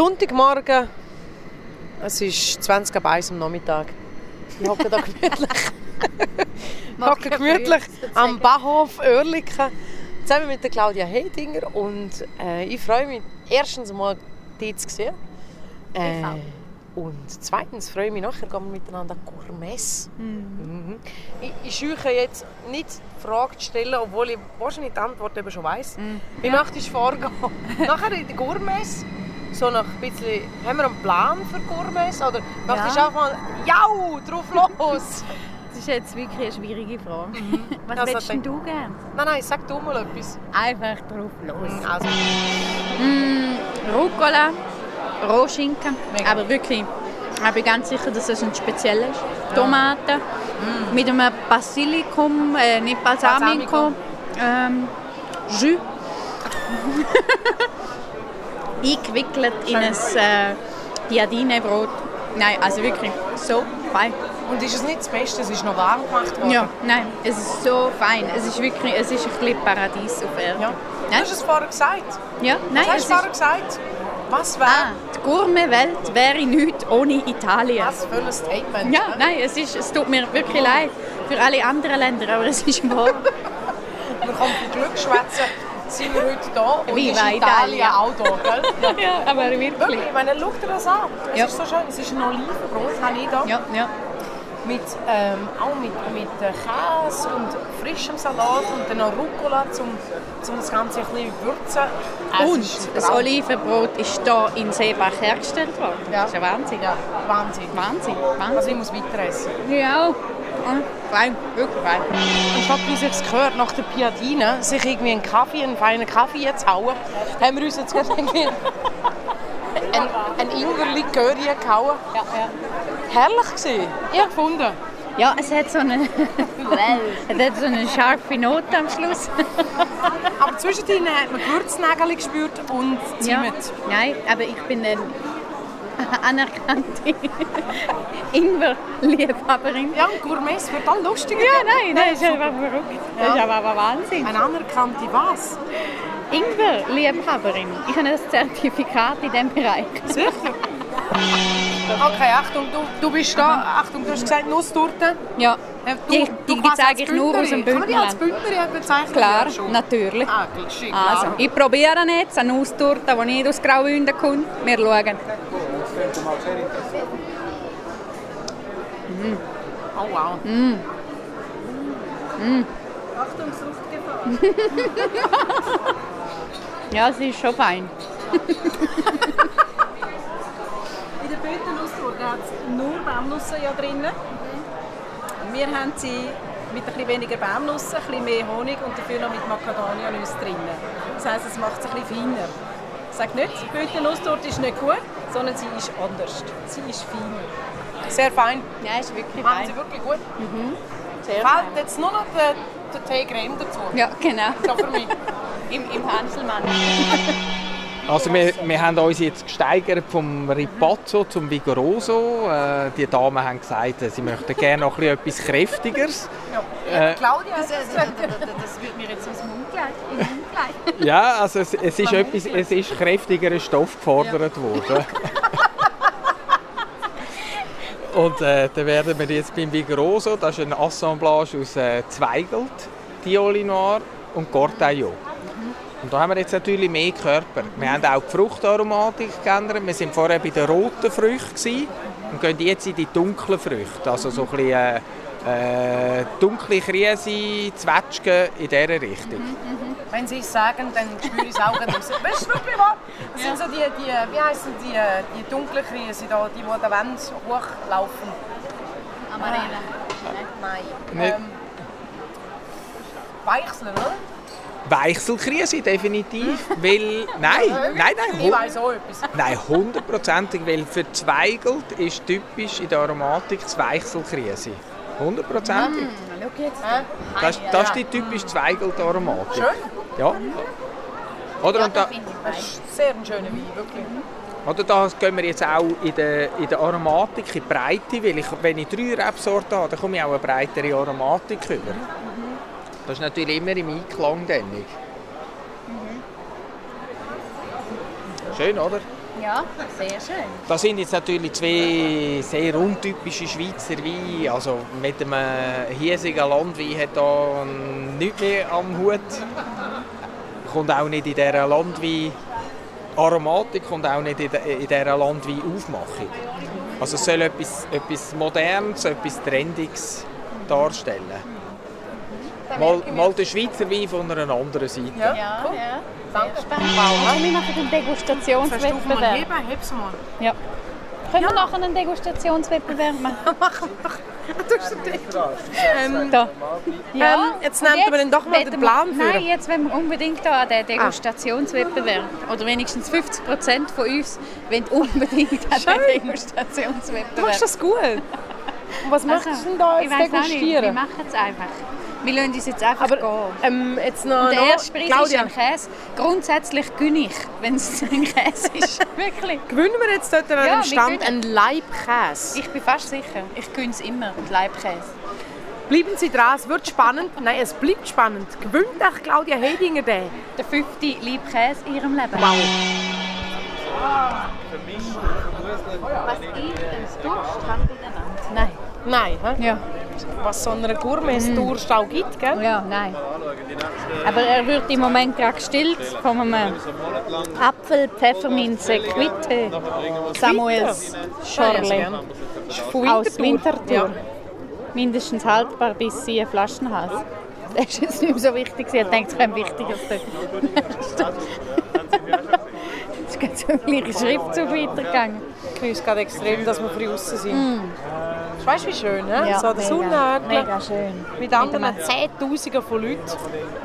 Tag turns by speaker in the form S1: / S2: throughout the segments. S1: Sonntagmorgen. Es ist 20 ab 1 am Nachmittag. Ich hocke da gemütlich. Ich hocke gemütlich am Bahnhof Oerlikon zusammen mit der Claudia Heidinger und äh, ich freue mich erstens mal dich zu sehen. Äh,
S2: Ich auch.
S1: und zweitens freue ich mich nachher gehen wir miteinander Gourmets.
S2: Mhm.
S1: Mhm. Ich, ich scheuche jetzt nicht die Frage zu stellen, obwohl ich wahrscheinlich die Antwort eben schon weiss.
S2: Mhm.
S1: Wie möchtest du vorgehen? nachher in den Gourmets? So nach ein bisschen, haben wir einen Plan für Gourmets? Oder möchtest du
S2: Ja.
S1: einfach mal «Jau, drauf los!»
S2: Das ist jetzt wirklich eine schwierige Frage. Was
S1: Also,
S2: willst denn du gerne?
S1: Nein, nein, sag du mal etwas.
S2: Einfach drauf los.
S1: Also,
S2: Mm, Mhm, Rucola, Rohschinken.
S1: Mega.
S2: Aber wirklich, ich bin ganz sicher, dass es ein spezielles ist. Tomaten
S1: Mhm.
S2: mit einem Basilikum, äh, nicht Balsamico,
S1: Balsamico.
S2: ähm, Jus. Eingewickelt in ein äh, Diadinebrot. Nein, also wirklich so fein.
S1: und ist es nicht das Beste? Es ist noch warm gemacht worden.
S2: Ja, nein, es ist so fein. Es ist wirklich, es ist ein bisschen Paradies auf Erden.
S1: Ja. Du
S2: Nein,
S1: hast es vorher gesagt.
S2: ja, nein,
S1: Was hast
S2: es
S1: du
S2: ist,
S1: vorher gesagt? Was wäre?
S2: ah, die Gourmet-Welt wäre nichts ohne Italien.
S1: Was Oh. für ein Statement.
S2: Ah.
S1: ne?
S2: Ja, nein, es, ist, es tut mir wirklich leid für alle anderen Länder, aber es ist wahr.
S1: Wir kommen von Glück schwätzen. Sind wir heute da und
S2: Viva
S1: ist Italien,
S2: Italia.
S1: auch da, gell?
S2: ja, aber wirklich.
S1: Wirklich, ich meine, schau dir das an. Es
S2: Ja.
S1: ist so schön. Es ist ein Olivenbrot, habe ich da.
S2: Ja, ja.
S1: Mit, ähm, auch mit, mit äh, Käse und frischem Salat und dann noch Rucola, um zum das Ganze ein bisschen würzen. Es ist
S2: Und das
S1: grau.
S2: Olivenbrot ist hier in Seebach hergestellt worden.
S1: Ja.
S2: Das ist ja Wahnsinn.
S1: Ja, Wahnsinn.
S2: Wahnsinn,
S1: Also
S2: Wahnsinn.
S1: ich muss weiter essen.
S2: Ja, auch. Ja, fein, wirklich fein.
S1: Und statt wie es gehört, nach der Piadine, sich irgendwie einen Kaffee, einen feinen Kaffee zu hauen, haben wir uns jetzt gerade irgendwie einen, einen Ingwer-Likör gehauen.
S2: Ja, ja.
S1: Herrlich gewesen. Ich gefunden.
S2: Ja, es hat so eine, es hat so eine scharfe Note am Schluss.
S1: Aber zwischendrin hat man Kurznägel gespürt und Zimt.
S2: Nein, aber ich bin eine anerkannte Ingwer-Liebhaberin.
S1: Ja, und Gourmets wird dann lustiger.
S2: Ja, nein, das ist einfach verrückt. Das ist
S1: Ja.
S2: aber Wahnsinn.
S1: Eine anerkannte was?
S2: Ingwer-Liebhaberin. Ich habe ein Zertifikat in diesem Bereich.
S1: Sicher. Okay, Achtung, du, du bist da. Achtung, du hast gesagt Nusstorte.
S2: Ja,
S1: Äh, Du,
S2: die,
S1: du
S2: die
S1: quasi als
S2: zeige ich nur aus dem
S1: Bündnerin. Kann man die als
S2: Bündnerland.
S1: Bündnerin bezeichnen?
S2: Klar,
S1: Ja, schon.
S2: natürlich.
S1: Ah, geschickt.
S2: Also,
S1: Also.
S2: ich probiere ihn jetzt, eine Austorte, die nicht aus Graubünden kommt. Wir schauen.
S1: Oh, wow.
S2: Mm. Ja, sie ist schon fein.
S3: In der Bötennusssorte hat es nur Baumnussen ja drin.
S2: Mhm.
S3: Wir haben sie mit ein bisschen weniger Baumnussen, ein bisschen mehr Honig und dafür noch mit Macadamia-Nüsse drin. Das heisst, es macht es ein bisschen feiner. Ich sage nicht, die Bötennusssorte ist nicht gut, sondern sie ist anders. Sie ist feiner.
S1: Sehr fein.
S2: Ja, ist wirklich
S1: Machen sie wirklich gut.
S2: Mhm. Sehr
S1: Fällt jetzt nur noch der, der Tee Creme dazu.
S2: Ja, genau.
S1: So für mich.
S2: Im, im Hanselmann.
S4: Also wir, wir haben uns jetzt gesteigert vom Ripazzo zum Vigoroso. Äh, die Damen haben gesagt, äh, sie möchten gerne noch ein bisschen etwas Kräftigeres.
S1: Ja, Claudia,
S2: Das wird mir jetzt aus dem Umkleid. Im Umkleid.
S4: Ja, also es, es, ist, etwas, es ist kräftigerer Stoff gefordert worden. Und äh, dann werden wir jetzt beim Vigoroso, das ist ein Assemblage aus äh, Zweigelt, Dioli Noir und Cortaillot. Und da haben wir jetzt natürlich mehr Körper. Wir haben auch die Fruchtaromatik geändert. Wir waren vorher bei den roten Früchten gewesen und gehen jetzt in die dunklen Früchte. Also so ein bisschen äh, äh, dunkle Krise, Zwetschgen in dieser Richtung.
S1: wenn sie es sagen, dann spüre ich es auch. gerade raus. Weißt du wirklich was? Das sind so die, die wie heißen die, äh, die dunklen Krise da, die, die an der Wand hochlaufen. Ah.
S2: Amarela.
S1: Nein.
S4: Nicht.
S1: Ähm, Weichseln, oder?
S4: Weichselkrise, definitiv. Weil, nein, nein, nein,
S1: Ich
S4: hu-
S1: weiss auch etwas.
S4: nein, hundertprozentig, weil für Zweigelt ist typisch in der Aromatik das Weichselkrise.
S1: Hm,
S4: Hundertprozentig.
S2: Schau jetzt.
S1: Hä?
S4: Das, das ist die typisch Zweigelt-Aromatik.
S1: Schön.
S4: Ja. Oder, und da,
S1: Das ist sehr ein schöner Wein, wirklich.
S2: Mhm.
S4: oder da gehen wir jetzt auch in der, in der Aromatik in die Breite, weil ich, wenn ich drei Rebsorten habe, dann komme ich auch eine breitere Aromatik über. Das ist natürlich immer im Einklang. dann. Schön, oder?
S2: Ja, sehr schön.
S4: Da sind jetzt natürlich zwei sehr untypische Schweizer Weine. Also mit einem hiesigen Landwein hat da nichts mehr am Hut. Kommt auch nicht in dieser Landwein-Aromatik und auch nicht in der- in dieser Landwein-Aufmachung. Also es soll etwas, etwas Modernes, etwas Trendiges darstellen. Mal, mal den Schweizer Wein von einer anderen Seite.
S3: Ja,
S2: Ja,
S3: cool.
S2: ja.
S3: Danke.
S2: Wow, wir machen einen
S1: Kannst du mal
S2: Degustationswettbewerb.
S1: heben? Heb's mal.
S2: Ja. Können wir nachher einen Degustationswettbewerb machen? Da.
S1: Ähm, jetzt nehmt aber dann doch mal den
S2: wollen wir-
S1: Plan für. Ah.
S2: Nein, jetzt wollen wir unbedingt da an den Degustationswettbewerb. Oder wenigstens 50 Prozent von uns wollen unbedingt
S1: Schön.
S2: an den
S1: Du machst
S2: Degustationswettbewerb.
S1: das gut. Und was machst du denn da
S2: Also, ich
S1: jetzt
S2: weiss auch nicht. Wir
S1: degustieren?
S2: machen es einfach. Wir lassen uns jetzt einfach
S1: Aber
S2: gehen.
S1: ähm, jetzt noch,
S2: Der
S1: noch
S2: erste Preis
S1: Claudia,
S2: ist ein Käse. Grundsätzlich gönne ich, wenn es ein Käse ist. Wirklich.
S1: gewinnen wir jetzt dort an
S2: Ja,
S1: dem
S2: wir
S1: Stand einen
S2: gewinnen.
S1: Leibkäse?
S2: Ich bin fast sicher. Ich gönne es immer, den Leibkäse.
S1: Bleiben Sie dran, es wird spannend. Nein, es bleibt spannend. Gewinnt auch Claudia Hedinger den.
S2: Der fünfte Leibkäse in ihrem Leben.
S1: Wow.
S2: Was ich einen Durst habe miteinander. Nein.
S1: Nein, hä?
S2: Ja.
S1: was so eine Gourmet-Durst
S2: Mm.
S1: auch gibt, gell?
S2: Ja, nein. Aber er wird im Moment gerade gestillt von einem Apfel, Pfefferminze, Quitte, Samuels Schorle.
S1: also
S2: Aus Winterthur. Mindestens haltbar bis sie Flaschenhals. Das ist jetzt nicht mehr so wichtig. Sie hat gedacht, es kommt wichtiger zu. Es ist gerade so ein gleicher Schriftzug weitergegangen.
S1: Ich uns gerade extrem, dass wir früh draußen sind. Weißt du, wie schön, hä?
S2: Mm. Ja,
S1: so der
S2: mega.
S1: Sonnenhöckle
S2: Mega schön.
S1: mit anderen
S2: einem-
S1: Zehntausenden von Leuten.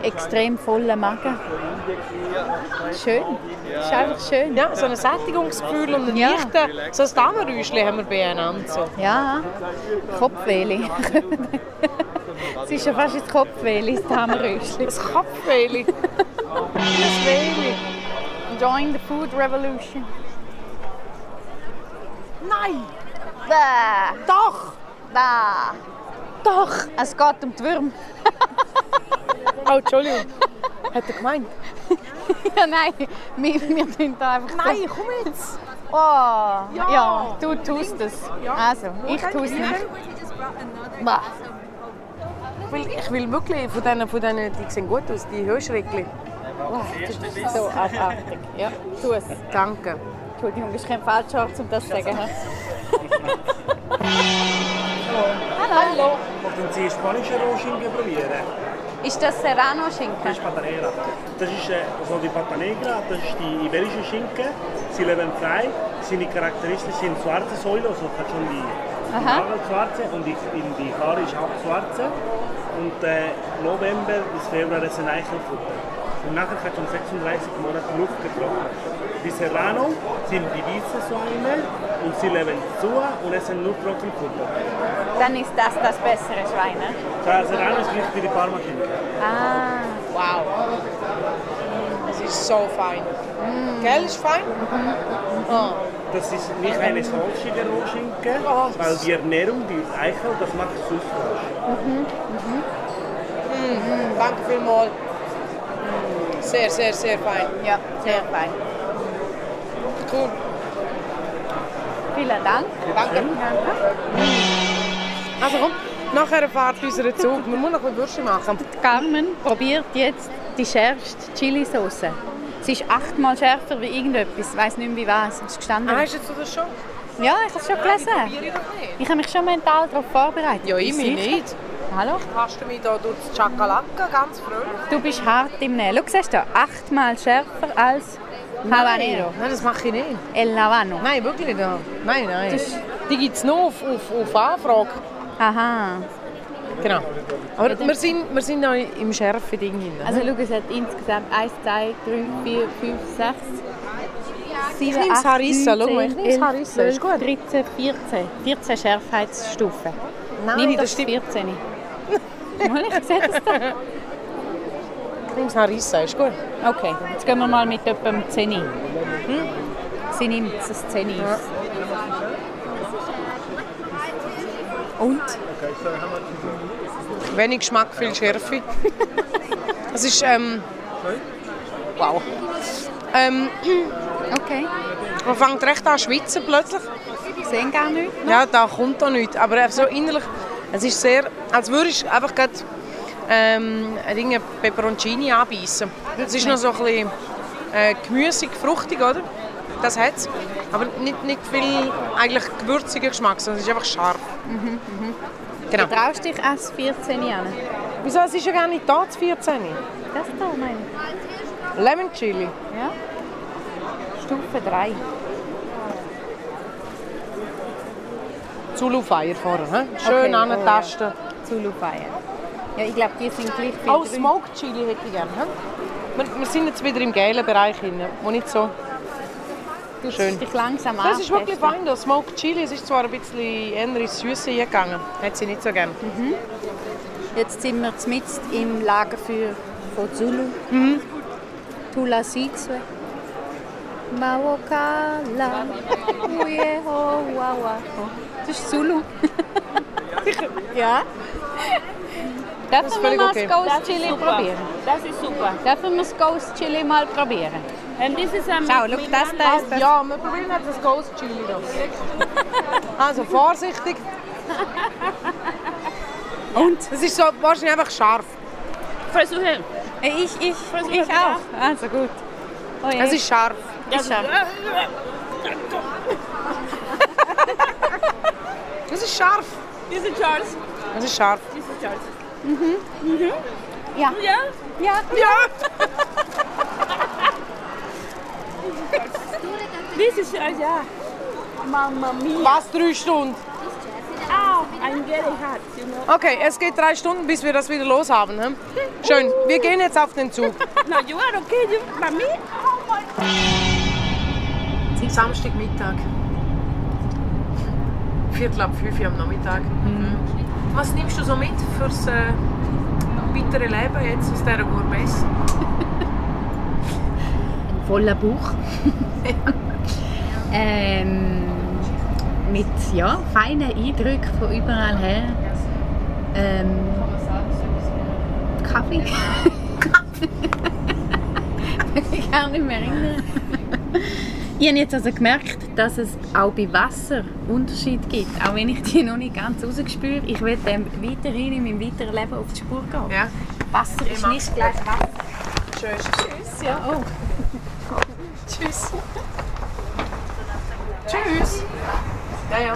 S2: Extrem voller Magen. Schön. Ist einfach schön.
S1: Ja, so ein Sättigungsgefühl und ein
S2: Ja.
S1: leichten, so ein Damenräuschchen haben wir beieinander. So.
S2: Ja, Kopfweli. Es ist ja fast das Kopfweli, das Hammerröschli.
S1: Das Kopfweili. das Weili.
S2: Join the Food Revolution.
S1: Nein,
S2: Bah,
S1: doch!
S2: bah. Doch, es geht um die Würm.
S1: Oh, Entschuldigung. Hat er gemeint?
S2: Ja, nein, wir, wir tun da einfach...
S1: Nein, komm jetzt!
S2: Oh, ja. du tust es. Also, ich tue es nicht. Bah.
S1: Ich will, ich will wirklich von denen, von denen, die sehen gut aus, die Hörschreckli. Oh, das ist so abartig.
S2: Ja, tu es.
S1: Danke.
S2: Entschuldigung, ist kein Falschort, um das zu sagen. Hallo.
S5: Möchten Sie spanische Rohschinken probieren?
S2: Ist das
S5: Das
S2: Serrano-Schinken?
S5: ist Patanera. Das ist äh, also die Patanegra, das ist die iberische Schinken. Sie leben frei, seine Charakteristik sind schwarze Säule, also hat schon die die
S2: Aha.
S5: Nagel schwarze und die, in die Haare ist auch schwarze. Und äh, November bis Februar ist ein Eichelfutter. Und nachher hat schon 36 Monate Luft getroffen. Die Serrano sind die weiße Säule und sie leben zu und essen nur Trockenfutter.
S2: Dann ist das das bessere Schwein. ne?
S5: Das Serrano ist nicht wie die Parma-Schinken.
S2: Ah.
S1: Wow. Das ist so fein. Gell, ist fein?
S2: Mhm.
S5: Das ist nicht eine salzige Rohschinken,
S1: Oh.
S5: weil die Ernährung, die Eichel, das macht süß.
S1: Danke vielmals. Mm, Sehr, sehr, sehr fein.
S2: Ja, sehr fein.
S1: Cool.
S2: Vielen Dank.
S1: Danke. Also komm, nachher fährt unser Zug. Wir müssen noch ein Würstchen machen.
S2: Carmen probiert jetzt die schärfste Chili-Sauce. Sie ist achtmal schärfer wie irgendetwas. Ich weiß nicht mehr, wie was. Es ist gestanden.
S1: Ah, hast du das schon?
S2: ja, ich habe es schon gelesen.
S1: Probiere ich doch nicht.
S2: Ich habe mich schon mental darauf vorbereitet.
S1: Ja, ich mich
S2: Sicher.
S1: nicht.
S2: Hallo?
S1: Hast du mich hier durch das Chakalaka ganz fröhlich?
S2: Du bist hart im Nähen. Schau, siehst du, achtmal schärfer als Habanero.
S1: Nein, das mache ich nicht.
S2: El Habano.
S1: Nein, wirklich nicht. Nein, nein. die gibt es nur auf, auf, auf Anfrage.
S2: Aha.
S1: Genau. Aber wir sind, wir sind noch im schärfen Ding drin.
S2: Also schau, es hat insgesamt 1, 2, 3, 4, 5, 6, 7,
S1: nehme das Harissa, schau mal, ich nehme das Harissa, ist gut.
S2: 13, 14. 14 Schärfheitsstufen.
S1: Nein,
S2: Nimm
S1: das
S2: Ah, das
S1: stimmt.
S2: 14. Mal, ich sehe das doch.
S1: nimm das Harissa, ist gut.
S2: Okay, jetzt gehen wir mal mit jemandem 10 hm? Sie nimmt das 10 Und?
S1: Wenig Geschmack, viel Schärfe. Das ist, ähm... Wow. Ähm,
S2: Okay.
S1: Man fängt recht an zu schwitzen plötzlich.
S2: Sehen gar nichts.
S1: Ja, da kommt da nichts. Aber so innerlich, es ist sehr, als würdest du einfach gerade ähm, eine Peperoncini anbeißen. Es ist noch so ein bisschen äh, gemüsig, fruchtig, oder? Das hat es. Aber nicht, nicht viel eigentlich gewürziger Geschmack, sondern es ist einfach scharf.
S2: Mhm, mhm.
S1: Genau.
S2: Du traust dich als 14 Jahre.
S1: Wieso? Es ist ja gar nicht da, das 14.
S2: Das da, meine ich.
S1: Lemon Chili.
S2: Ja. Stufe 3.
S1: Zulu Fire vorher, he? Schön
S2: Okay, oh ja.
S1: antasten.
S2: Zulu Fire. Ja, ich glaube, die sind gleich viel
S1: Auch
S2: drin.
S1: Smoked Chili hätte ich gerne. he? Wir, wir sind jetzt wieder im gelben Bereich drin, wo nicht so...
S2: Du tust
S1: schön.
S2: dich langsam
S1: Das ist wirklich
S2: antesten.
S1: fein, das Smoked Chili. Es ist zwar ein bisschen eher ins Süße gegangen. Hat sie nicht so gerne.
S2: Jetzt sind wir mitten im Lagerfeuer von Zulu. Mhm. Tula Sizwe. Mawokala. Uyehowawa. Das ist Zulu. ja. Dürfen
S1: ist
S2: wir
S1: völlig
S2: mal
S1: okay.
S2: das Ghost
S6: Das ist
S2: Chili
S6: super.
S2: probieren?
S6: Das ist super.
S2: Dürfen wir das Ghost Chili mal probieren?
S6: And this is a
S2: Schau, schau, das da ist das.
S1: Ah, Ja, wir probieren jetzt das Ghost Chili. noch. Also vorsichtig.
S2: Und?
S1: Es ist so wahrscheinlich einfach scharf.
S6: Versuche.
S2: Ich, ich, ich
S6: Versuch's
S2: auch. Also gut. Oh je.
S1: Es ist scharf.
S2: ist scharf.
S1: Es ist scharf.
S6: Diese Charles.
S1: Es ist scharf.
S6: Diese Charles.
S2: Mhm. Ja.
S6: Ja.
S2: ja.
S6: This is Charles. Ja. Mama mia.
S1: Was? Drei Stunden?
S6: Ow. I'm getting hot. You know.
S1: Okay, es geht drei Stunden, bis wir das wieder los haben. Hm? Schön. Wir gehen jetzt auf den Zug.
S6: No, you are okay. You, mami. Oh my God.
S1: Samstagmittag. Viertel ab fünf am Nachmittag.
S6: Mhm.
S1: Was nimmst du so mit fürs äh, bittere Leben jetzt aus dieser Gourmets?
S2: voller Bauch. ähm, mit ja, feinen Eindrücken von überall her. Ähm, Kaffee. Kann ich gar nicht mehr erinnern. Ich habe jetzt also gemerkt, dass es auch bei Wasser Unterschied gibt, auch wenn ich die noch nicht ganz rausgespürt Ich will dem weiterhin in meinem weiteren Leben auf die Spur gehen.
S1: Ja.
S2: Wasser ist nicht gleich Wasser.
S1: Tschüss.
S2: Tschüss, ja. Oh.
S1: Tschüss. Tschüss. Ja, ja.